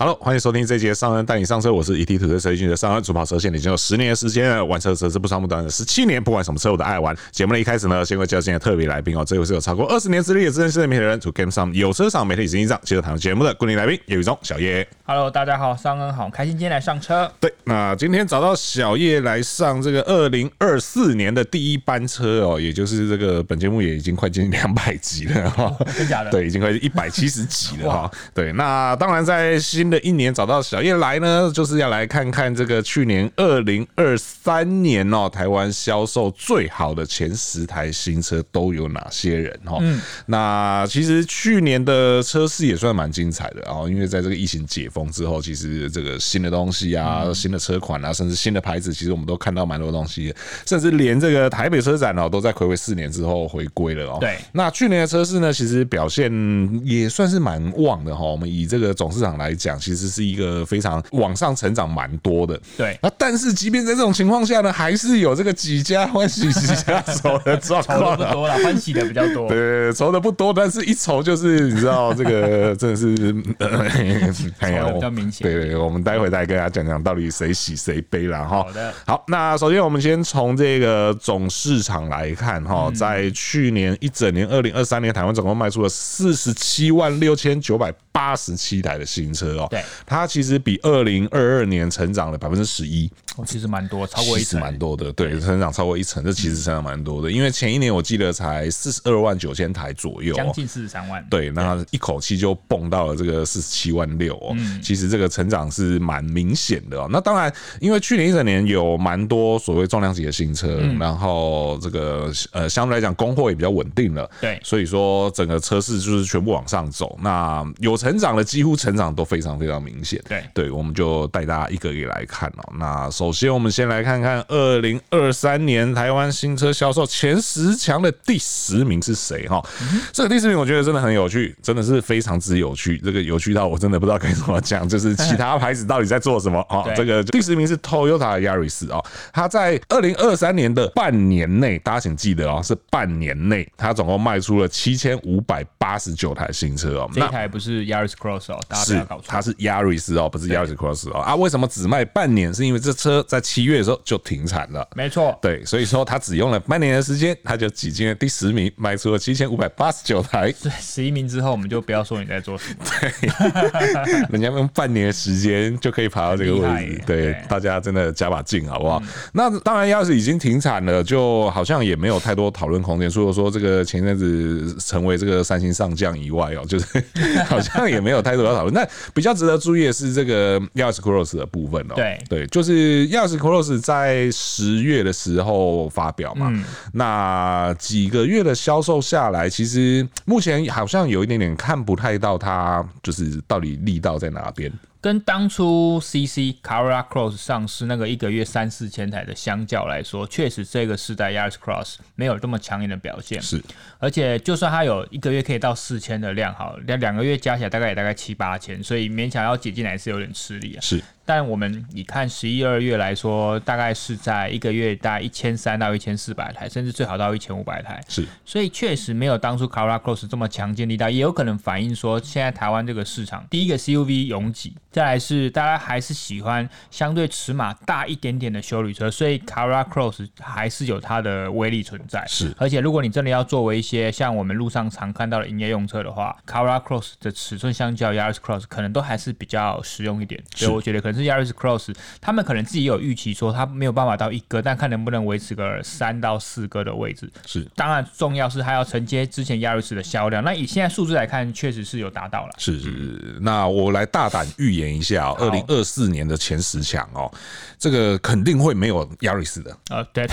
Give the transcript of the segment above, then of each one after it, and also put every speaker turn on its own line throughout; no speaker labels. Hello，欢迎收听这一节上恩带你上车，我是 E ET 土车车军的上恩，主跑车线已经有十年的时间了，玩车则是不长不短的十七年，不管什么车我都爱玩。节目的一开始呢，先会介绍今天的特别来宾哦，这位是有超过二十年资历的资深媒体人，主 Game 上有车赏媒体执行长，接着谈节目的固定来宾叶宇中、小叶。
Hello，大家好，上恩好，开心今天来上车。
对，那今天找到小叶来上这个二零二四年的第一班车哦，也就是这个本节目也已经快接近两百集了哦哈、
真假的
对，已经快一百七十集了哈、对，那当然在新的一年找到小叶来呢，就是要来看看这个去年二零二三年哦，台湾销售最好的前十台新车都有哪些人哈、那其实去年的车市也算蛮精彩的哦，因为在这个疫情解封之后，其实这个新的东西啊、新的车款啊，甚至新的牌子，其实我们都看到蛮多东西的，甚至连这个台北车展哦，都在暌违四年之后回归了哦。
对
那去年的车市呢，其实表现也算是蛮旺的哈。我们以这个总市场来讲，其实是一个非常往上成长蛮多的。
对
那但是即便在这种情况下呢，还是有这个几家欢喜几家愁的状况
愁的 不
啊。
多啦，欢喜的比较 多。
对，愁的不多，但是一愁就是你知道这个真的是，呃哎呀
愁得比较
我
明显
对对，我们待会再跟大家讲讲到底谁喜谁悲啦哈。
好的
好，那首先我们先从这个总市场来看哈，在去年一整年二零二三年，台湾总共卖出了四十七万六千九百八十七台的新车哦，
对
它其实比二零二二年成长了百分之十一。
我哦其实蛮多，超过一
其
嗯
实
层。
蛮多的，对，成长超过一成，这其实成长蛮多的，因为前一年我记得才四十二万九千台左右、哦
将近四十三万。
对，那一口气就蹦到了这个四十七万六哦，
嗯
其实这个成长是蛮明显的哦。那当然，因为去年一整年有蛮多所谓重量级的新车，
嗯
然后这个呃相对来讲供货也比较稳定了，
对
所以说整个车市就是全部往上走。那有成长的，几乎成长都非常非常明显。
对
对，我们就带大家一个一个来看哦。那首先我们先来看看二零二三年台湾新车销售前十强的第十名是谁哈、
嗯
这个第十名我觉得真的很有趣，真的是非常之有趣，这个有趣到我真的不知道该怎么讲，就是其他牌子到底在做什么哦。
对
这个第十名是 Toyota Yaris 哦，它在二零二三年的半年内，大家请记得哦，是半年内，它总共卖出了七千五百八十九台新车哦。
这
那
一台不是 Yaris Cross 哦，大家不
是
要搞，错
它。是 Yaris 哦，不是 Yaris Cross 哦啊！为什么只卖半年？是因为这车在七月的时候就停产了。
没错，
对，所以说它只用了半年的时间，它就挤进了第十名，卖出了七千五百八十九台。
十一名之后我们就不要说你在做什么。
人家用半年的时间就可以爬到这个
啊很厉
位
害
置
耶，
对
对
大家真的加把劲，好不好？那当然，要是已经停产了，就好像也没有太多讨论空间。除了说这个前阵子成为这个三星上将以外哦， 就是好像也没有太多要讨论。那比较值得注意的是这个 Yaris Cross 的部分哦，
对
对，就是 Yaris Cross 在十月的时候发表嘛，那几个月的销售下来，其实目前好像有一点点看不太到它就是到底力道在哪边。
跟当初 CC Carrera Cross 上市那个一个月三四千台的相较来说，确实这个世代 Yaris Cross 没有这么抢眼的表现。
是，
而且就算它有一个月可以到四千的量，好了，两两个月加起来大概也大概七八千，所以勉强要挤进来是有点吃力啊。
是
但我们以看十一二月来说，大概是在一个月大概一千三到一千四百台，甚至最好到一千五百台，
是，
所以确实没有当初 Corolla Cross 这么强劲力道，也有可能反映说现在台湾这个市场，第一个 CUV 拥挤，再来是大家还是喜欢相对尺码大一点点的修旅车，所以 Corolla Cross 还是有它的威力存在。
是
而且如果你真的要作为一些像我们路上常看到的营业用车的话，Corolla Cross 的尺寸相较 Yaris Cross 可能都还是比较实用一点，所以我觉得可能是 Yaris Cross 他们可能自己有预期说它没有办法到一个，但看能不能维持个三到四个的位置。
是
当然重要是它要承接之前 Yaris 的销量，那以现在数字来看，确实是有达到了。
是是是。那我来大胆预言一下、哦，二零二四年的前十强哦，这个肯定会没有 Yaris 的，
呃，对，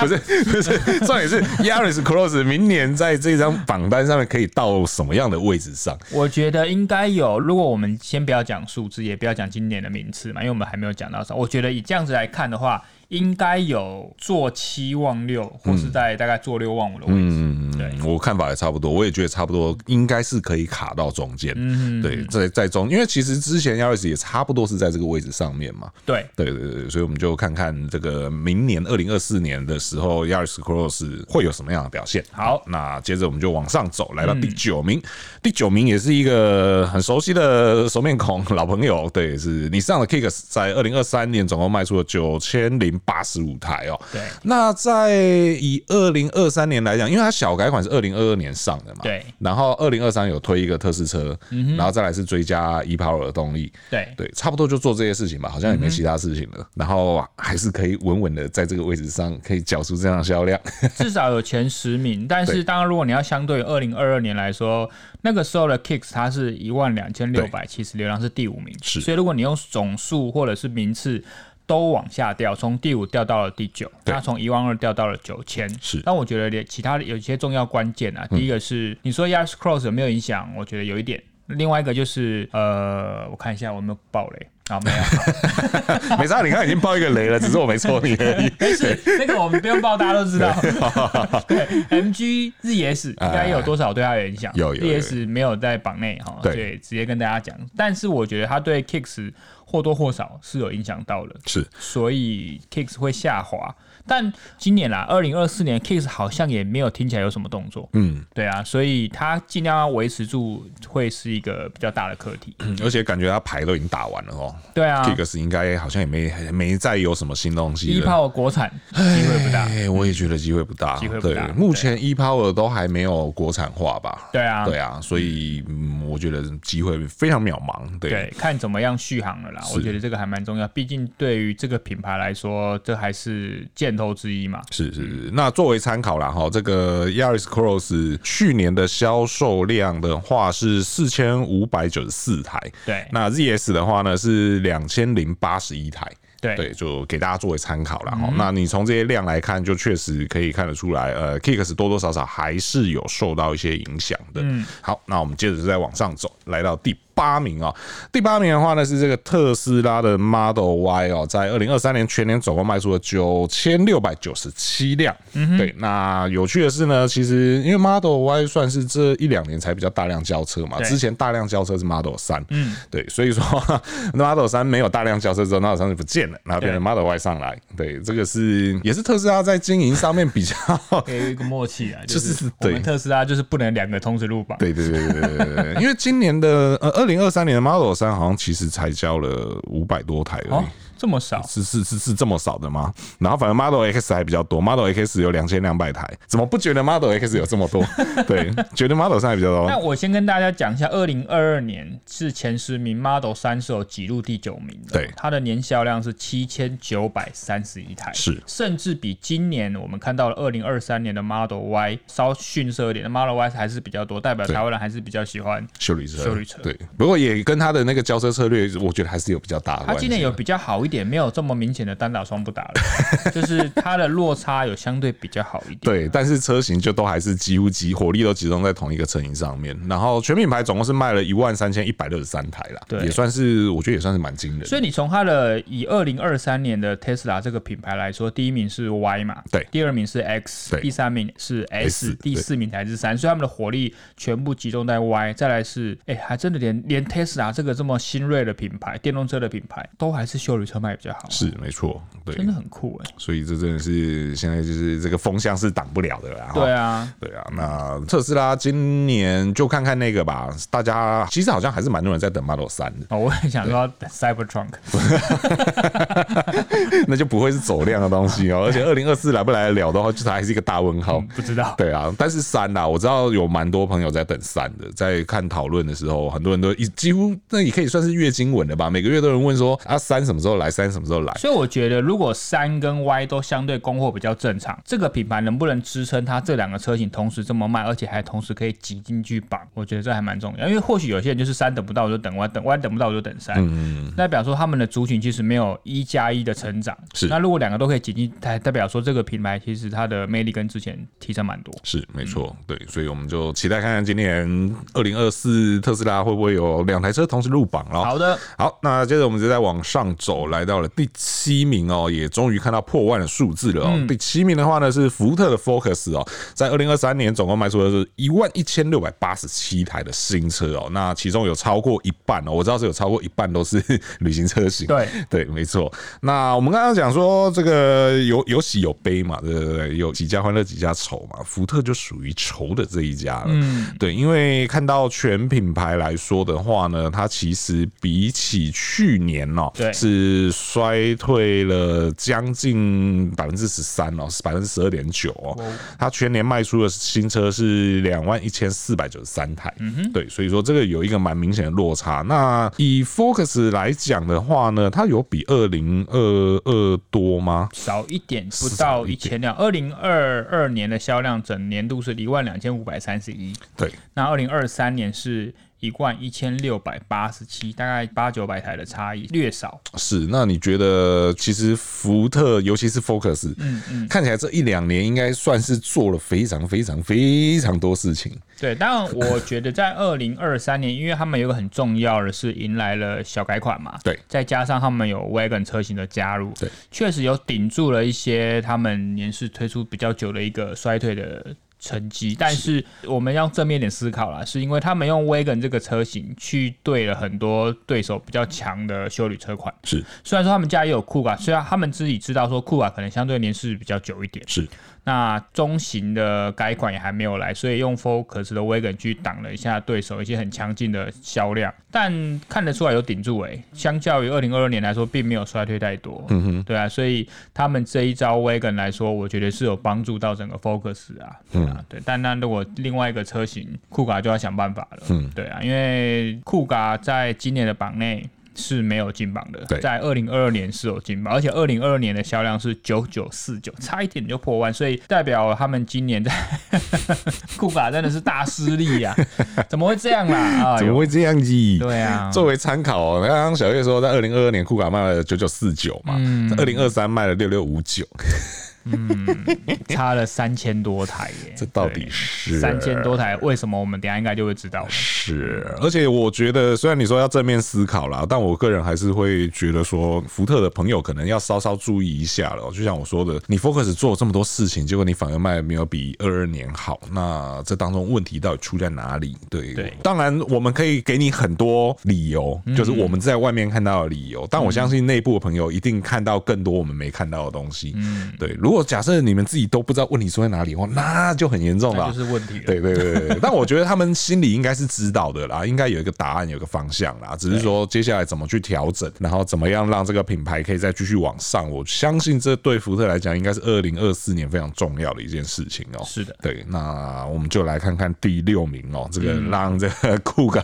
不是 不是，重点是 Yaris Cross 明年在这张榜单上面可以到什么样的位置上？
我觉得应该有。如果我们先不要讲数字，也不要讲今年的名次嘛，因为我们还没有讲到啥。我觉得以这样子来看的话，应该有做七望六，或是在大概做六望五的位置。
嗯
对，
我看法也差不多，我也觉得差不多，应该是可以卡到中间。嗯，对，在在中，因为其实之前 Yaris 也差不多是在这个位置上面嘛。
对，
对对对，所以我们就看看这个明年二零二四年的时候，Yaris Cross 会有什么样的表现。
好嗯
那接着我们就往上走，来到第九名。第九名也是一个很熟悉的熟面孔、老朋友，对，是你上的 Kicks 在二零二三年总共卖出了九千零八十五台哦。
对
那在以二零二三年来讲，因为它小改款是二零二二年上的嘛，
对嗯
然后二零二三有推一个特试车，然后再来是追加 e power 的动力，
对
对，差不多就做这些事情吧，好像也
嗯
没其他事情了。然后还是可以稳稳的在这个位置上，可以缴出这样的销量。
至少有前十名。但
对
是，当然，如果你要相对二零二二年来说，那个时候的 Kicks 它是一万两千六百七十流量是第五名，
是
所以如果你用总数或者是名次。都往下掉，从第五掉到了第九，
对
它从一万二掉到了九千。
是嗯
但我觉得连其他的有一些重要关键啊，第一个是、你说 Yaris Cross 有没有影响？我觉得有一点。另外一个就是呃，我看一下我有没有爆雷啊，没有。
没差，你看已经爆一个雷了，只是我没戳你而 已。
但是那个我们不用报，大家都知道。 对，MG ZS 应该有多少对它有影响？
哎有有有有
ZS 没有在榜内哈，
对
所以直接跟大家讲。但是我觉得它对 Kicks 或多或少是有影响到的，
是
所以 Kicks 会下滑。但今年啦，二零二四年 Kicks 好像也没有听起来有什么动作。
嗯，
对啊，所以它尽量要维持住，会是一个比较大的课题。
而且感觉他牌都已经打完了哦。
对嗯啊
k i c k s 应该好像也没没再有什么新东西
一
了。
炮国产机会不大。
哎，我也觉得机会不大。
机会不
对
大，对
目前 e power 都还没有国产化吧？
对啊，
对啊，所以嗯我觉得机会非常渺茫。
对，看怎么样续航了啦。我觉得这个还蛮重要，毕竟对于这个品牌来说，这还是箭头之一嘛。
是是是，那作为参考啦哈，这个 Yaris Cross 去年的销售量的话是四千五百九十四台，
对
那 ZS 的话呢是两千零八十一台。
对
就给大家作为参考啦。哈、那你从这些量来看，就确实可以看得出来，呃，Kicks 多多少少还是有受到一些影响的。嗯，好，那我们接着再往上走，来到第八名哦。第八名的话呢是这个特斯拉的 Model Y 哦，在二零二三年全年总共卖出了九千六百九十七辆。
嗯
对，那有趣的是呢，其实因为 Model Y 算是这一两年才比较大量交车嘛，
对
之前大量交车是 Model 三，嗯，对，所以说 Model 三没有大量交车之后，Model 三就不见了，然后变成 Model Y 上来。对，这个是也是特斯拉在经营上面比较
给有一个默契啊，
就是就是
我
对
们特斯拉就是不能两个同时入榜。
对对对对对对对，因为今年的呃二零二三年的 Model 三好像其实才交了五百多台而
哦
已。，
这么少，
是是是是这么少的吗？然后反正 Model X 还比较多，Model X 有两千两百台，怎么不觉得 Model X 有这么 多？对，觉得 Model 三还比较
那
多。
我先跟大家讲一下，二零二二年是前十名，Model 三是有挤入第九名的，
对
它的年销量是七千九百三十一台，
是
甚至比今年我们看到了二零二三年的 Model Y 稍逊色一点，Model Y 还是比较多，代表
对
台湾人还是比较喜欢。
修理车，
修理车
对，不过也跟他的那个交车策略，我觉得还是有比较大的
它
关系。
今年有比较好一点，没有这么明显的单打双不打了，就是它的落差有相对比较好一点。
对，但是车型就都还是几乎集火力都集中在同一个车型上面。然后全品牌总共是卖了一万三千一百六十三台啦，
对
也算是我觉得也算是蛮惊人的。
所以你从它的以二零二三年的 Tesla 这个品牌来说，第一名是 Y 嘛，
对
第二名是 X，
对
第三名是 S，
S，
第四名才是三，所以他们的火力全部集中在 Y。再来是，哎、还真的连连 Tesla 这个这么新锐的品牌，电动车的品牌，都还是修理车卖比较好，
是没错，对，
真的很酷哎、
所以这真的是现在就是这个风向是挡不了的啦。哈
对啊，，
对啊，那特斯拉今年就看看那个吧，大家其实好像还是蛮多人在等 Model 三的
哦，我也想说 Cybertruck，
那就不会是走量的东西哦。而且二零二四来不来得了的话，就是还是一个大问号。
不知道。
对啊，但是三啦，我知道有蛮多朋友在等三的，在看讨论的时候，很多人都一几乎那也可以算是月经文了吧，每个月都有人问说啊三什么时候来，三什么时候来。
所以我觉得，如果三跟 Y 都相对供货比较正常，这个品牌能不能支撑它这两个车型同时这么卖，而且还同时可以挤进去榜，我觉得这还蛮重要。因为或许有些人就是三等不到我就等 Y，等 Y 等不到我就等三，代表说他们的族群其实没有一加一的成长。
是
那如果两个都可以挤进，代代表说这个品牌其实它的魅力跟之前提升蛮多。
是没错，对，所以我们就期待看看今年二零二四特斯拉会不会有两台车同时入榜了。
好的，
好，那接着我们就再往上走，来来到了第七名哦，也终于看到破万的数字了哦。第七名的话呢是福特的 Focus 哦，在二零二三年总共卖出的是一万一千六百八十七台的新车哦，那其中有超过一半哦，我知道是有超过一半都是旅行车型。
对
对，没错。那我们刚刚讲说这个有有喜有悲嘛，对对对，有几家欢乐几家愁嘛，福特就属于愁的这一家了。嗯，对，因为看到全品牌来说的话呢，它其实比起去年哦、
对
是衰退了将近百分之十三哦，是百分之十二点九哦。它全年卖出的新车是两万一千四百九十三台，对，所以说这个有一个蛮明显的落差。那以 Focus 来讲的话呢，它有比二零二二多吗？
少一点，不
是少
到
一
一
点
千辆。二零二二年的销量整年度是一万两千五百三十一，
对，
那二零二三年是一万一千六百八十七，大概八九百台的差异，略少。
是。那你觉得其实福特，尤其是 Focus，嗯嗯，看起来这一两年应该算是做了非常非常非常多事情。
对，但我觉得在二零二三年，因为他们有一个很重要的是迎来了小改款嘛，
对
再加上他们有 wagon 车型的加入，
对，
确实有顶住了一些他们年式推出比较久的一个衰退的。成绩，但是我们要正面点思考啦，是因为他们用 Wagon 这个车型去对了很多对手比较强的休旅车款。
是
虽然说他们家也有酷卡，虽然他们自己知道说酷卡可能相对年式比较久一点，
是，
那中型的改款也还没有来，所以用 Focus 的 Wagon 去挡了一下对手一些很强劲的销量，但看得出来有顶住诶、相较于二零二二年来说，并没有衰退太多。嗯哼，对啊，所以他们这一招 Wagon 来说，我觉得是有帮助到整个 Focus 啊。对
嗯
啊，对。但那如果另外一个车型酷卡就要想办法了。嗯，对啊，因为酷卡在今年的榜内。是没有进榜的
对，
在二零二二年是有进榜，而且二零二二年的销量是九九四九，差一点就破万，所以代表他们今年在 酷卡真的是大失利呀、啊！怎么会这样啦？啊，
怎么
有
会这样子？
对啊，
作为参考哦，刚刚小月说，在二零二二年酷卡卖了九九四九嘛，二零二三卖了六六五九，
差了三千多台耶，
这到底是
三千多台？为什么我们等一下应该就会知道了？
是，而且我觉得，虽然你说要正面思考啦，但我个人还是会觉得说，福特的朋友可能要稍稍注意一下了哦。就像我说的，你 Focus 做了这么多事情，结果你反而卖得没有比二二年好，那这当中问题到底出在哪里？对，
对
当然我们可以给你很多理由，就是我
嗯
们在外面看到的理由，但我相信内部的朋友一定看到更多我们没看到的东西。嗯，对。如果假设你们自己都不知道问题出在哪里的话，那就很严重了
那。就是问题了。
对对对对，对但我觉得他们心里应该是知道的啦，应该有一个答案，有一个方向啦。只是说接下来怎么去调整，然后怎么样让这个品牌可以再继续往上。我相信这对福特来讲，应该是二零二四年非常重要的一件事情哦、
是的，
对，那我们就来看看第六名哦、这个
嗯
让这个库卡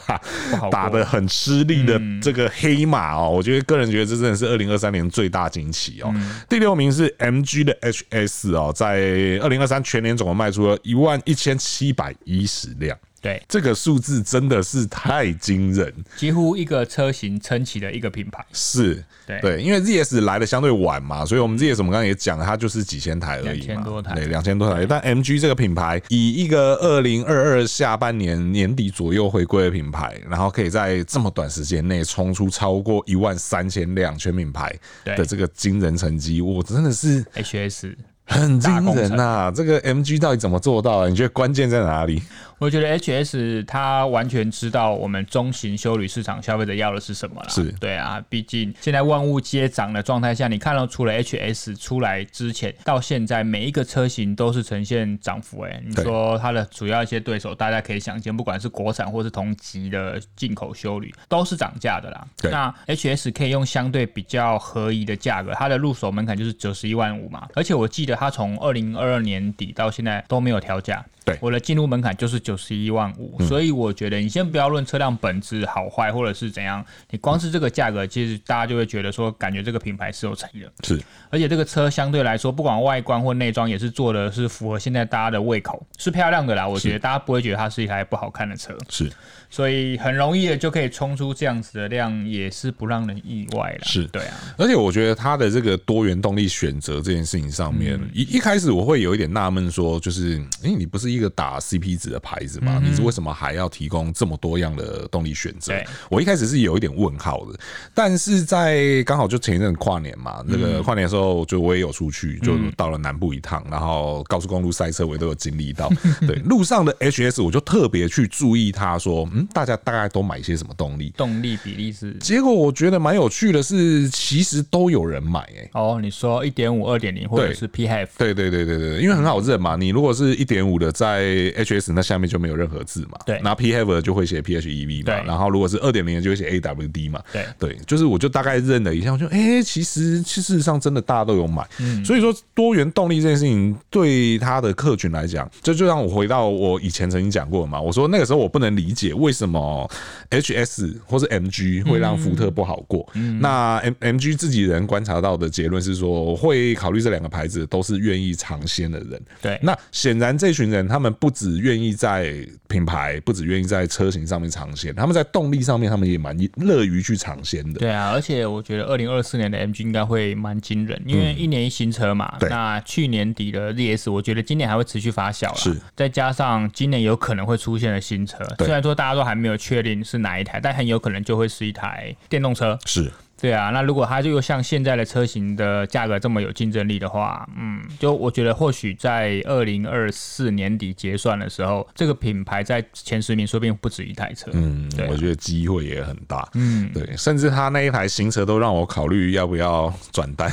好过
打得很吃力的这个黑马哦、我觉得个人觉得这真的是二零二三年最大惊喜哦、第六名是 MG 的 HS 哦、在二零二三全年总共卖出了一万一千七百一十辆。
对，
这个数字真的是太惊人，
几乎一个车型撑起了一个品牌。
是
对
对，因为 ZS 来的相对晚嘛，所以我们 ZS 我们刚刚也讲了，它就是几千台而已嘛，
2000多台
对，两千多台。但 MG 这个品牌以一个二零二二下半年年底左右回归的品牌，然后可以在这么短时间内冲出超过一万三千辆全品牌
对
的这个惊人成绩，我真的是
HS，
很
大
惊
工
人
程
呐、这个 MG 到底怎么做到啊的？你觉得关键在哪里？
我觉得 HS 它完全知道我们中型修旅市场消费者要的是什么了。
是
对啊，毕竟现在万物皆涨的状态下，你看到除了 HS 出来之前到现在，每一个车型都是呈现涨幅、欸。哎，你
对
说它的主要一些对手，大家可以想见，不管是国产或是同级的进口修旅，都是涨价的啦。
对
那 HS 可以用相对比较合宜的价格，它的入手门槛就是九十一万五嘛，而且我记得它从二零二二年底到现在都没有调价。
对嗯
我的进入门槛就是九十一万五、所以我觉得你先不要论车辆本质好坏或者是怎样，你光是这个价格，其实大家就会觉得说，感觉这个品牌是有诚意的，
是
而且这个车相对来说，不管外观或内装也是做的是符合现在大家的胃口，是漂亮的啦。我觉得大家不会觉得它是一台不好看的车，
是
所以很容易的就可以冲出这样子的量，也是不让人意外啦。
是
对啊，
而且我觉得它的这个多元动力选择这件事情上面，一一开始我会有一点纳闷，说就是，诶，你不是一一个打 CP 值的牌子嘛，你是为什么还要提供这么多样的动力选择
对？
我一开始是有一点问号的，但是在刚好就前一阵跨年嘛，那个跨年的时候，就我也有出去，就到了南部一趟，然后高速公路塞车我也都有经历到。对，路上的 HS 我就特别去注意它，说嗯，大家大概都买些什么动力。
动力比例是
结果我觉得蛮有趣的是，其实都有人买诶、欸
哦，你说一点五、二点零或者
对
是 PHEV，
对对对对对对，因为很好认
嗯
嘛。你如果是一点五的，在 HS 那下面就没有任何字嘛。
对
那 E PHEV 的就会写 E PHEV 嘛
对。
然后如果是二点零的，就会写 AWD 嘛。
对
对，就是我就大概认了一下，我就哎、诶其实其实事实上真的大家都有买。所以说多元动力这件事情对他的客群来讲，这就让我回到我以前曾经讲过的嘛。我说那个时候我不能理解为什么 HS 或是 MG 会让福特不好过。那 M MG 自己人观察到的结论是说，会考虑这两个牌子都是愿意尝鲜的人。
对
那显然这群人他们不只愿意在品牌，不只愿意在车型上面尝鲜，他们在动力上面他们也蛮乐于去尝鲜的。
对啊，而且我觉得二零二四年的 MG 应该会蛮惊人，因为一年一新车嘛。
嗯对
那去年底的 ZS，我觉得今年还会持续发酵啦。
是，
再加上今年有可能会出现的新车，
对
虽然说大家都还没有确定是哪一台，但很有可能就会是一台电动车。
是，
对啊，那如果它就又像现在的车型的价格这么有竞争力的话，嗯，就我觉得或许在二零二四年底结算的时候，这个品牌在前十名说不定不止一台车。
嗯
对啊，
我觉得机会也很大。
嗯，
对，甚至他那一台新车都让我考虑要不要转单。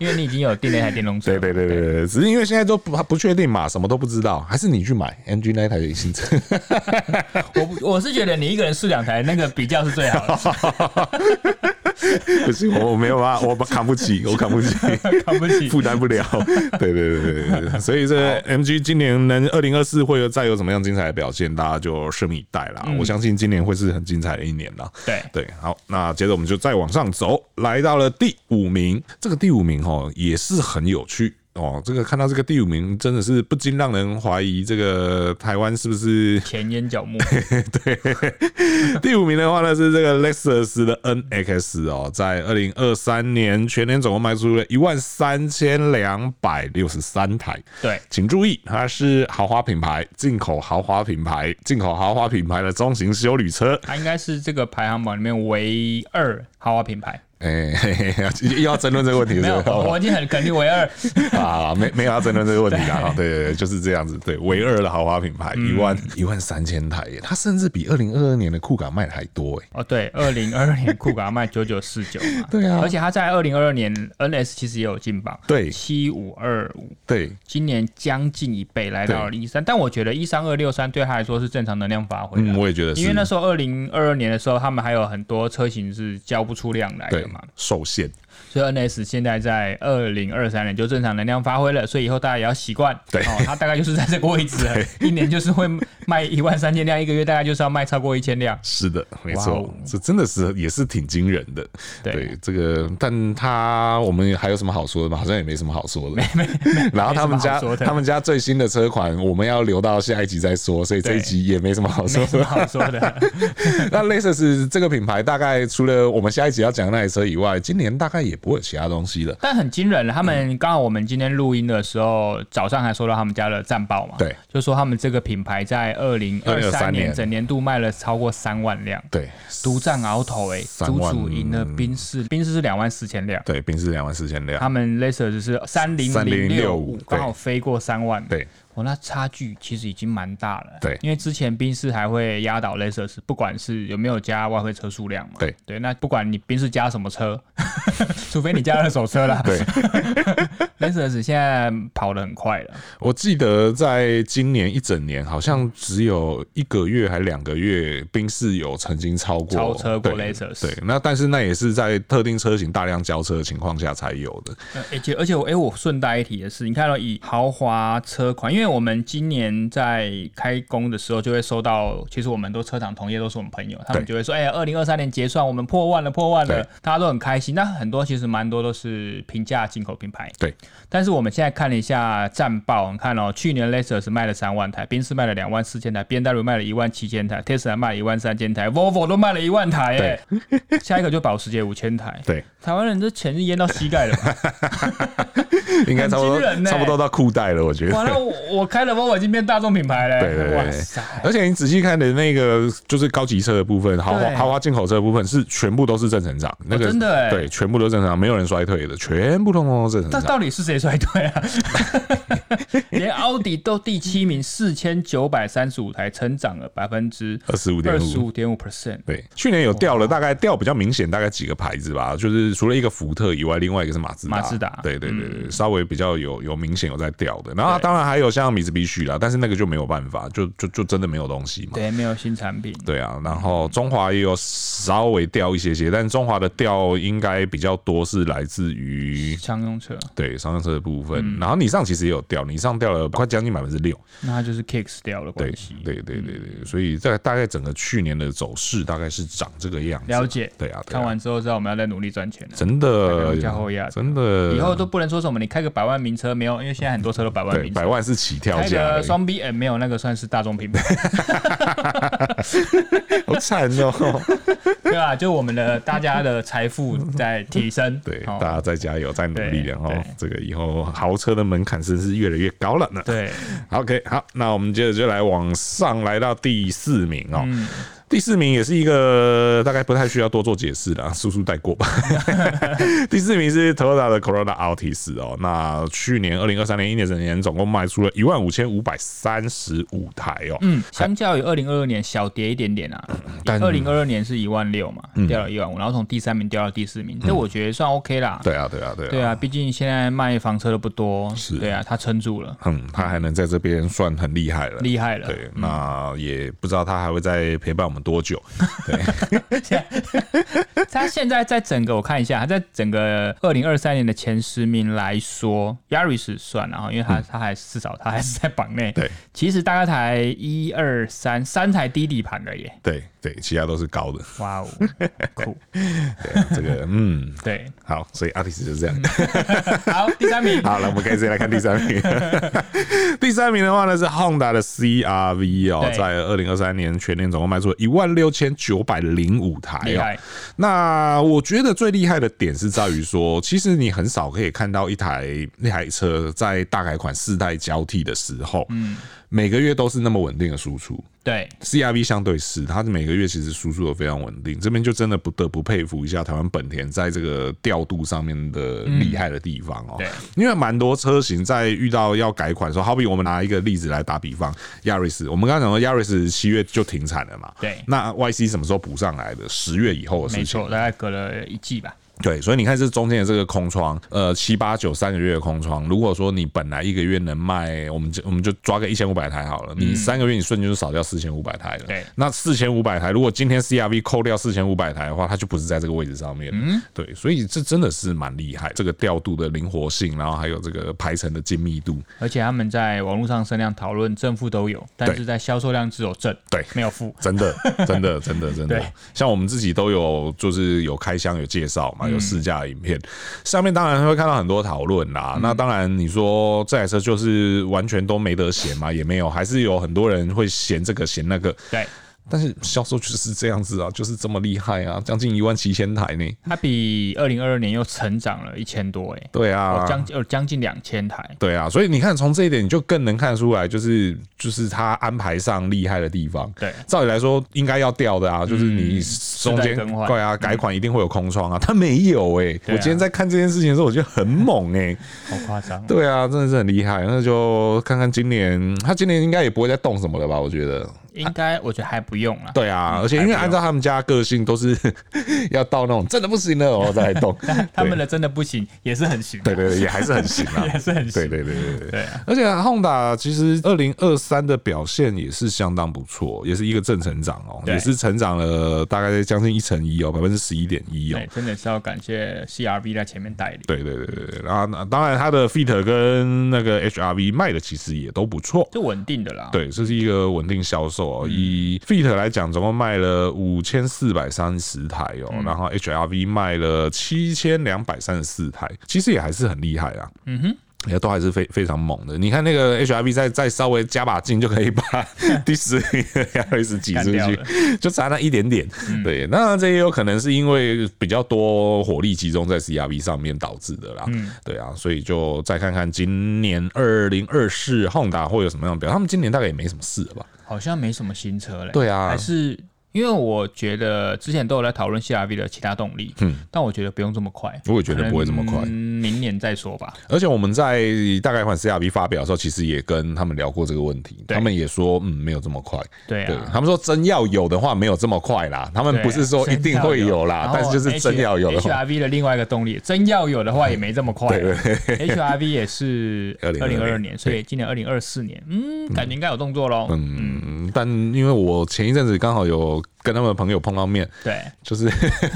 因为你已经有订那台电动车
对
了。
对对对对，只是因为现在都不不确定嘛，什么都不知道，还是你去买 MG 那一台新车。
我不我是觉得你一个人试两台，那个比较是最 好的，
不行，我我没有办法，我扛不起，我扛不起。
看不起。
负担不了，对对对对对对，所以这个 MG 今年能二零二四会有再有怎么样精彩的表现，大家就拭目以待啦。我相信今年会是很精彩的一年啦。
对
对，好，那接着我们就再往上走，来到了第五名。这个第五名哦，也是很有趣。哦，这个看到这个第五名，真的是不禁让人怀疑，这个台湾是不是
前眼 角膜，
第五名的话呢是这个 Lexus 的 NX 哦，在二零二三年全年总共卖出了一万三千两百六十三台。
对
请注意，它是豪华品牌，进口豪华品牌，进口豪华品牌的中型修旅车。
它应该是这个排行榜里面唯二豪华品牌。
哎、 嘿嘿嘿又要争论这个问题是不
没
是
有，我 我已经很肯定唯二。
啊，没没有要争论这个问题啦。哦对对对，就是这样子。对，唯二的豪华品牌，
嗯
一万一万三千台耶，它甚至比二零二二年的酷卡卖的还多哎。
哦，对，二零二二年酷咖卖九九四九嘛，
对啊
而且它在二零二二年 NS 其实也有进榜，
对
七五二五，
对，
今年将近一倍来到了一三，但我觉得一三二六三对他来说是正常能量发挥的。
嗯，我也觉得是，
啊因为那时候二零二二年的时候，他们还有很多车型是交不出量来
对
的嘛，
受限。
所以 NS 现在在二零二三年就正常能量发挥了，所以以后大家也要习惯。
对
哦，它大概就是在这个位置了， 一年就是会卖一万三千辆，一个月大概就是要卖超过一千 辆。
是的，没
哇
错
哦，
这真的是也是挺惊人的。
对
这个，但他我们还有什么好说的吗？好像也没什么好说的。然后他们
没什么
家
好说的
他们家最新的车款，我们要留到下一集再说，所以这一
对
集也没什么好说
没什么
的。
好说的，
那 Lexus 这个品牌，大概除了我们下一集要讲的那台车以外，今年大概也不会有其他东西了。
但很惊人了。他们刚好我们今天录音的时候，早上还收到他们家的战报嘛，
对，
就说他们这个品牌在二零二
2023
三
年
年整年度卖了超过三万辆，
对，
独占鳌头、欸，
三
足
万
足赢了宾士，宾士是两万四千辆。
对，宾士两万四千辆。
他们 Laser 是三零零六
3065
五，刚好飞过三万。
对，
我哦那差距其实已经蛮大了。
对
因为之前宾士还会压倒 Laser，不管是有没有加外汇车数量嘛。
对
对，那不管你宾士加什么车， 除非你加二手车啦。
对
Laser 现在跑得很快了。
我记得在今年一整年，好像只有一个月还两个月，宾士有曾经超过
超车过
对
Lexus
对，那但是那也是在特定车型大量交车的情况下才有的。
呃而且而且我哎、我顺带一提的是，你看到以豪华车款，因为我们今年在开工的时候就会收到，其实我们很多车厂同业都是我们朋友，他们
对
就会说，哎、呀，二零二三年结算我们破万了，破万了
对，
大家都很开心。那很多其实蛮多都是平价进口品牌，
对。
但是我们现在看了一下战报，你看哦，去年 Lexus 卖了三万台，宾士卖了两万四千台，B N W 卖了一万七千台，Tesla 卖了一万三千台，Volvo 都卖了一万台、哎， 下一个就保时捷五千台，
对，
台湾人这钱是淹到膝盖了吧？
应该差不多
很惊人欸
差不多到裤带了，我觉得。
完了，我我开了 Volvo 已经变大众品牌嘞、
对对
哇
对
塞，，
而且你仔细看的那个就是高级车的部分，豪华
对
豪华进口车的部分是全部都是正成长，那个
真的欸
对，全部都正成长，没有人衰退的，全部通通都正
那
成长。
到底是谁衰退 啊？连奥迪都第七名，四千九百三十五台，成长了百分之二十
25.5
五点五 percent。
对，去年有掉了，大概掉比较明显，大概几个牌子吧，就是除了一个福特以外，另外一个是马自达。
马自达嗯
对对对对，稍微比较有有明显有在掉的。然后当然还有像米兹必须啦，但是那个就没有办法，就就就真的没有东西嘛。
对，没有新产品。
对啊，然后中华也有稍微掉一些些，但中华的掉应该比较多是来自于
商用车，
对商用车的部分。
嗯
然后你上其实也有掉，你上掉了快将近百分之六。
那它就是 Kicks 掉了
对
关系。嗯
对对对对，所以在大概整个去年的走势大概是长这个样子。
了解
对啊，对啊
看完之后知道我们要再努力赚钱了。
真
大
的
概加后压
真的
以后都不能说什么你开个百万名车没有，因为现在很多车都百万
对
名
百
车。
万是起跳
开
价
个
而已，
双 B M 没有那个算是大众品牌，
好惨 哦。
对吧？就我们的大家的财富在提升，
对，
好
大家再加油，再努力，
对
然后
对
这个以后豪车的门槛真是越来越高了呢。
对，
OK，好，那我们接着就来往上来到第四名哦。
嗯
第四名也是一个大概不太需要多做解释的、啊，速速带过 吧。第四名是 Toyota 的 Corolla Altis 哦，那去年二零二三年一年整年总共卖出了一万五千五百三十五台哦。
嗯，相较于二零二二年小跌一点点啊，
嗯但嗯
二零二二年是一万六嘛，掉了一万五，然后从第三名掉到第四名，这我觉得算 OK 啦。
对啊，对啊，对啊，
对啊，毕竟现在卖房车的不多，对啊，他撑住了，
嗯，他还能在这边算很厉害了。
厉害了。
对，那也不知道他还会再陪伴我们多久。
他现在在整个我看一下，他在整个二零二三年的前十名来说，Yaris 算了哈，因为他他还至少他还是在榜内。
嗯对，
其实大概才一二三三台低底盘而已。
对对，其他都是高的。
哇哦，酷！
对啊，这个嗯，
对，
好，所以 Altis 就是
嗯
这样。
好，第三 名，
好了，我们可以直接来看第三 名。第三名的话呢是 Honda 的 CRV 哦，
对
在二零二三年全年总共卖出了一万六千九百零五台
厉
哦。
害，
那我觉得最厉害的点是在于说，其实你很少可以看到一台那台车在大改款世代交替的时候，嗯，每个月都是那么稳定的输出。
对，
CRV 相对是，它每个月其实输出的非常稳定，这边就真的不得不佩服一下台湾本田在这个调度上面的厉害的地方哦。
对
因为蛮多车型在遇到要改款的时候，好比我们拿一个例子来打比方，Yaris，我们刚刚讲说 Yaris 七月就停产了嘛，
对
那 YC 什么时候补上来的？十月以后的
没
事情
错，。大概隔了一季吧。
对，所以你看这中间的这个空窗，呃，七八九三个月的空窗，如果说你本来一个月能卖，我们就我们就抓个一千五百台好了，你三个月你瞬间就少掉四千五百台了。
对
那四千五百台，如果今天 CRV 扣掉四千五百台的话，它就不是在这个位置上面。嗯，对，所以这真的是蛮厉害，这个调度的灵活性，然后还有这个排程的精密度，
而且他们在网络上声量讨论正负都有，但
对
是在销售量只有正，
对
没有负。
真的，真的，真的，真的
对。
像我们自己都有，就是有开箱、有介绍嘛，
嗯
有试驾的影片，上面当然会看到很多讨论
嗯
啦。那当然，你说这台车就是完全都没得闲嘛，也没有，还是有很多人会嫌这个嫌那个。
对，
但是销售就是这样子啊，就是这么厉害啊，将近一万七千台呢。
它比二零二二年又成长了一千多、欸，
对
哦，
啊，
将近呃将近两千台。
对啊，所以你看，从这一点你就更能看出来，就是就是他安排上厉害的地方。
对
照理来说应该要掉的啊，就是你中
嗯代
间
更换嗯
对啊，改款一定会有空窗啊，他没有哎、我
啊
今天在看这件事情的时候，我觉得很猛哎、
好夸张哦。
对啊，真的是很厉害。那就看看今年，他今年应该也不会再动什么了吧？我觉得，
应该我觉得还不用啦。
对啊，而且因为
嗯还
按
不用
照他们家的个性，都是 要到那种真的不行了，我再来动。
他们
对
的真的不行，也是很行、啊。
对对对，也还是很行啊，
也是很行
对对对对对。
对啊，
而且 Honda 其实二零二三的表现也是相当不错，也是一个正成长哦，
对
也是成长了大概将近一成一哦，百分之十一点一哦
对，。真的是要感谢 CRV 在前面带领。
对对对对对，然后那当然它的 Fit 跟那个 HRV 卖的其实也都不错。
就稳定的啦，，
对，这是一个稳定销售哦。以 Fit 来讲，总共卖了五千四百三十台哦，然后 HRV 卖了七千两百三十四台，其实也还是很厉害啊。嗯哼。也都还是非非常猛的。你看那个 HRV 再再稍微加把劲，就可以把第十名的 Yaris 挤出
干掉嗯
去，就差那一点点。对，那这也有可能是因为比较多火力集中在 CRV 上面导致的啦。
嗯
对啊，所以就再看看今年二零二四 Honda 会有什么样的表现。他们今年大概也没什么事了吧？
好像没什么新车嘞。
对啊
还是因为我觉得之前都有在讨论 CRV 的其他动力，嗯，但我觉得不用这么快，
我也觉得不会这么快嗯
可能明年再说吧。
而且我们在大概款 CRV 发表的时候，其实也跟他们聊过这个问题，
对
他们也说，嗯，没有这么快。
对
对
啊，
他们说真要有的话，没有这么快啦。他们不是说一定会有啦，但是就是真要有的话，嗯
，HRV 的另外一个动力，真要有的话也没这么快。啊
对
HRV 也是二零二
2022
二年，所以今年二零二四年，嗯，感觉应该有动作喽。嗯，
嗯，但因为我前一阵子刚好有跟他们的朋友碰到面，
对，
就是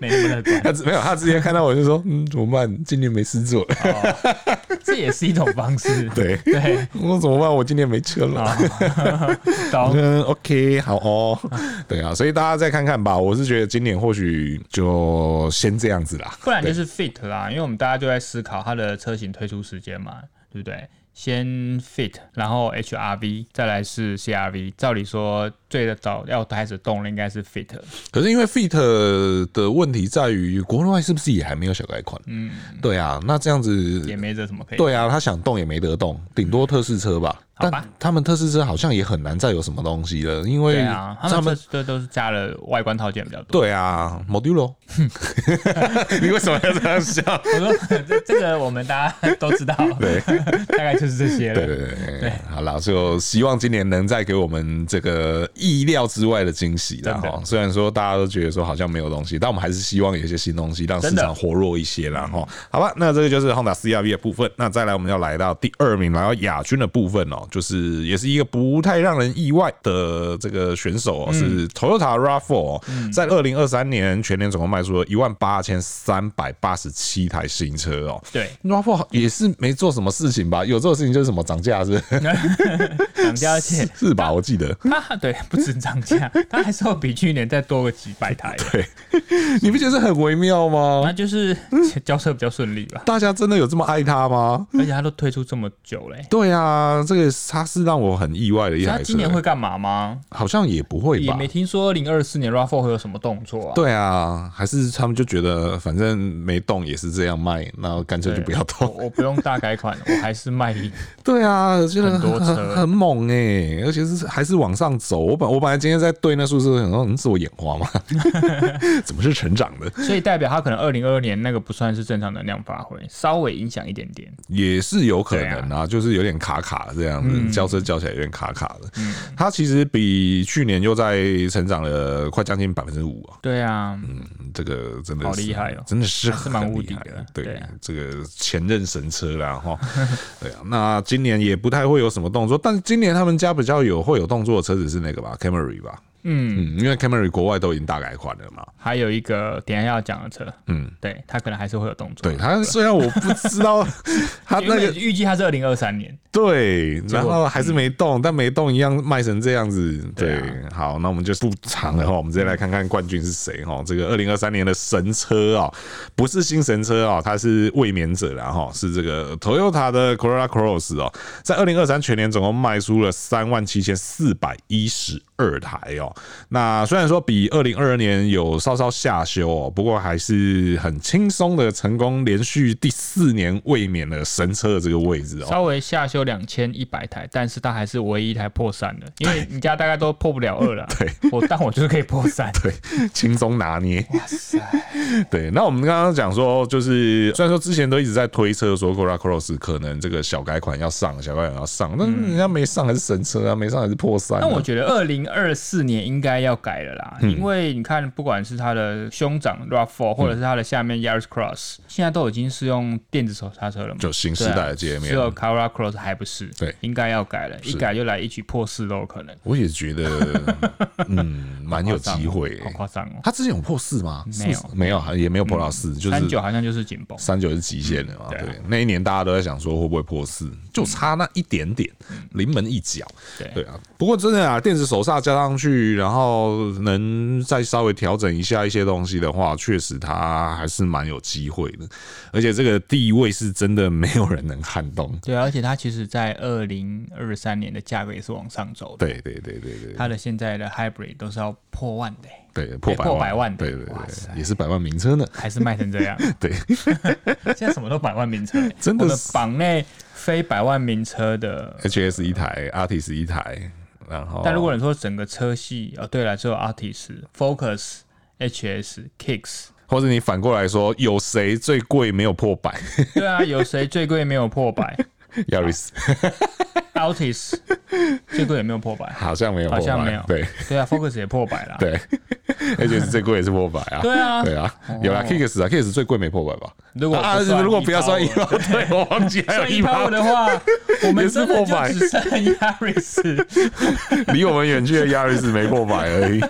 没那么乐观
他之没有他之前看到我就说，嗯，怎么办？今年没事做 了，
哦，这也是一种方式。
对，
对，
我怎么办？我今年没车了。
啊，懂。
嗯，OK，好哦， 对啊，所以大家再看看吧。我是觉得今年或许就先这样子啦。
不然就是 Fit 啦，因为我们大家就在思考它的车型推出时间嘛，对不对？先 Fit，然后 HRV，再来是 CRV。照理说，最早要开始动的应该是 Fit，
可是因为 Fit 的问题在于国外是不是也还没有小改款？嗯，对啊，那这样
也
子，
没这什么可以。
对啊，他想动也没得动，顶多特试车吧。
好
但
吧
他们特试车好像也很难再有什么东西了，因为
对啊，他们这这都是加了外观套件比较多。
对啊，Modulo，你为什么要这样笑？
我说这 这个我们大家都知道，对， 大概就是这些
对
了。
对对对，好啦，就希望今年能再给我们这个意料之外的惊喜啦。
真的
哈，虽然说大家都觉得说好像没有东西，但我们还是希望有一些新东西，让市
真
场
的
活络一些啦。哈，好吧，那这个就是 Honda CRV 的部分。那再来，我们要来到第二名，来到亚军的部分哦，就是也是一个不太让人意外的这个选手
嗯
哦，是 Toyota RAV4，、哦在二零二三年全年总共卖出了一万八千三百八十七台新车哦。
对，
RAV4 也是没做什么事情吧？有做的事情就是什么涨价，是不是？
涨价，而 且
是吧？我记得，
它啊对不止涨价，它还是要比去年再多个几百台，
你不觉得很微妙吗
那？就是 交车比较顺利吧。
大家真的有这么爱它吗？
而且它都推出这么久嘞、
对啊，这个它是让我很意外的一台
他
车。
今年会干嘛吗？
好像也不会
也
吧
没？听说零二四年 RAV4 会有什么动作啊？
对啊，还是他们就觉得反正没动也是这样卖，那干脆
对，
就不要动。
我我不用大改款，我还是卖 一
对啊，觉得
很多
很很
车
很猛哎、而且是还是往上走。我本我本来今天在对那数字，想说嗯是我眼花吗？ 怎么是成长的？
所以代表他可能二零二二年那个不算是正常能量发挥，稍微影响一点点。
也是有可能啊，就是有点卡卡的这样
嗯
子，交车交起来有点卡卡的。它其实比去年又在成长了快将近百分之五啊，
对啊，
嗯，这个真的
好
是
厉害哦
真的是
还是
很
蛮无
厉
敌
害
的对
对
啊，
这个前任神车啦哈， 对啊，那今年也不太会有什么动作，但今年他们家比较有会有动作的车子是那个吧，Camry 吧，
嗯，
嗯，因为 Camry 国外都已经大改款了嘛，
还有一个等一下要讲的车，
嗯，
对他可能还是会有动作。
对，它虽然我不知道 它
原
那个
本预计他是二零二三年，
对，
结
然
果嗯
后还是没动，但没动一样卖成这样子。对
对啊，
好，那我们就不长了哈，我们直接来看看冠军是谁哈。这个二零二三年的神车哦，不是新神车哦，它是卫冕者啦哈，是这个 Toyota 的 Corolla Cross 哦，在二零二三全年总共卖出了三万七千四百一十二台哦。那虽然说比二零二二年有稍稍下修哦，不过还是很轻松的成功连续第四年卫冕了神车的这个位置哦。
稍微下修两千一百台，但是它还是唯一一台破三的，因为你家大概都破不了二了。啊
对，
我但我就是可以破三。
对，轻松拿捏。
哇塞，
对，那我们刚刚讲说，就是虽然说之前都一直在推测说 c o r a Cross 可能这个小改款要上，小改款要上，但是人家没上还是神车啊，没上还是破三、啊。
嗯那我觉得二零二四年应该要改了啦，
嗯
因为你看，不管是它的兄长 RAV4，或者是它的下面 Yaris Cross，、现在都已经是用电子手刹车了嘛。啊
就新时代的界面
只有 c a r a Cross 还还不是，
对
应该要改了，一
是
改就来一曲破四都有可能，
我也觉 得，嗯，蛮有机会、
好夸张哦！
他之前有破四吗？
没有
是没有，也没有破到四，就是
三九好像就是紧绷，
三九是极限的嘛。
对啊
对，那一年大家都在想说会不会破四，就差那一点点，临门一脚。
嗯对
对啊，不过真的啊，电子手刹加上去，然后能再稍微调整一下一些东西的话，确实它还是蛮有机会的。而且这个地位是真的没有人能撼动。
对啊，而且它其实在二零二三年的价格也是往上走的，
对对对对对
它的现在的 Hybrid 都是要破万的欸、
对，破百
破百万的
对对
哇
对
塞，
也是百万名车呢。
还是卖成这样，
对，
现在什么都百万名车欸、
真的
我们
是
榜内非百万名车的
HS 一台，Artis 一台，然后
但如果你说整个车系，哦，对了，只有 Artis、Focus、HS、Kicks，
或者你反过来说，有谁最贵没有破百
对啊，有谁最贵没有破百啊
？Yaris
？Altis 最贵也没有破百，
好像没有破
好像没
百
有，
对
对啊，Focus 也破百啦，
对，HS 最贵也是破百啊。
对啊
对啊，有啦 Kicks 啊，Kicks 最贵没破百吧？
如果不
啊，
算
如果不要算一
一
包，对我忘记还有
算
一
一
包
包，的 话，我们真的
也是破百
就只剩 Yaris，
离我们远去的 Yaris 没破百而 已。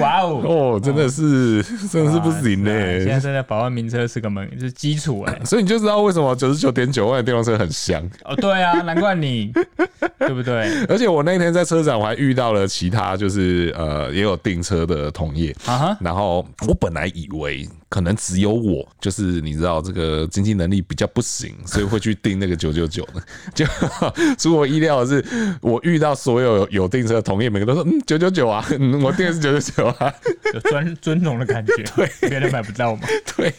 哇 哦！
哦，真的是，真的是不行欸呢、
哇塞啊现在真的百万名车是个门，是基础哎、
所以你就知道为什么九十九点九万的电动车很香。
哦，对啊，难怪你，对不对？
而且我那天在车展，我还遇到了其他就是呃也有订车的同业
啊哈，
然后我本来以为可能只有我，就是你知道这个经济能力比较不行，所以会去订那个九九九的。就 出我意料的是，我遇到所有有订车的同业，每个都说嗯九九九啊，嗯我订的是九九九啊。
有尊尊荣的感觉，别人买不到嘛。
对，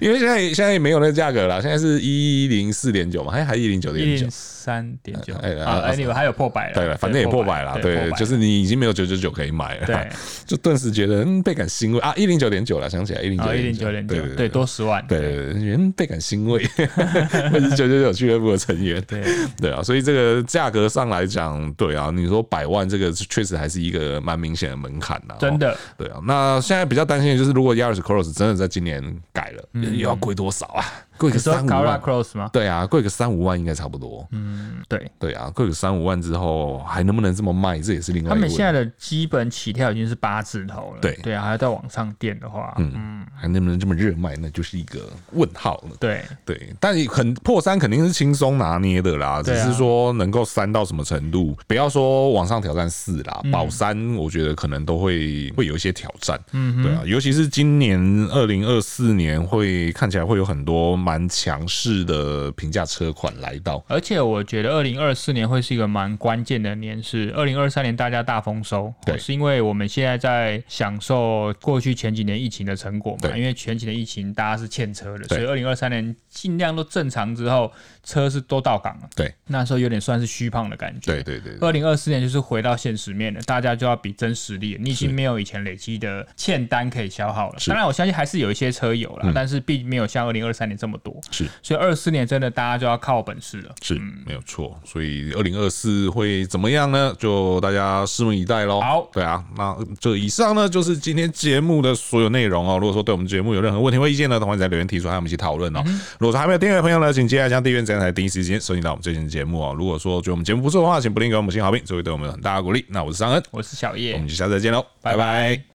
因为现在现在也没有那个价格了，现在是一零四点九嘛，还还一零九
一
点九
零。三点九
哎
啊，
啊
哎，你还有破百了，
对了，反正也破百了，对，就是是你已经没有九九九可以买了，
对，
就顿时觉得嗯倍感欣慰啊，一零九点九了，想起来一零九
啊，一零九点九，对，多十万，
对对对，人倍感欣慰， 我也是九九九俱乐部的成员。
对，
对啊，所以这个价格上来讲，对啊，你说百万这个确实还是一个蛮明显的门槛呐、
真
哦。
的
对啊，那现在比较担心的就是，如果 Yaris Cross 真的在今年改了，又要贵多少啊？贵个
嗯你说
三五
c a r a
万。
Cross 吗？
对啊，贵个三五万应该差不多。嗯，
对，
对啊，贵个三五万之后还能不能这么卖，这也是另外一
他
个问
们
题。
现在的基本起跳已经是八字头了，
对
对啊，还要再往上垫的话，嗯，
还能不能这么热卖，那就是一个问号了。
对，
对，但也很破三肯定是轻松拿捏的啦，只
对啊
是说能够三到什么程度，不要说往上挑战四啦，保三我觉得可能都会会有一些挑战，嗯，对啊，尤其是今年二零二四年会看起来会有很多蛮强势的平价车款来到，
而且我觉得二零二四年会是一个蛮关键的年，是二零二三年大家大丰收，哦
对
是因为我们现在在享受过去前几年疫情的成果嘛，
对
因为前几年疫情大家是欠车的，
对
所以二零二三年尽量都正常之后，车是都到港了，
对，
那时候有点算是虚胖的感觉，
对对对，对
二零二四年就是回到现实面了，大家就要比真实力了。你已经没有以前累积的欠单可以消耗了。
是嗯
当然，我相信还是有一些车友啦，但是并没有像二零二三年这么多。
是
所以二四年真的大家就要靠本事了。
是没有错，所以二零二四会怎么样呢？就大家拭目以待喽。
好
对啊，那这以上呢就是今天节目的所有内容哦。如果说对我们节目有任何问题或意见呢，都欢迎在留言提出，和我们一起讨论
嗯
哦。如果说还没有订阅的朋友呢，请记得将订阅这样才第一时间收听到我们最新的节目哦。如果说觉得我们节目不错的话，请不吝给我们五星好评，这会对我们有很大的鼓励。那我是尚恩，
我是小
我
叶
们，就下次再见喽，
拜
拜拜
拜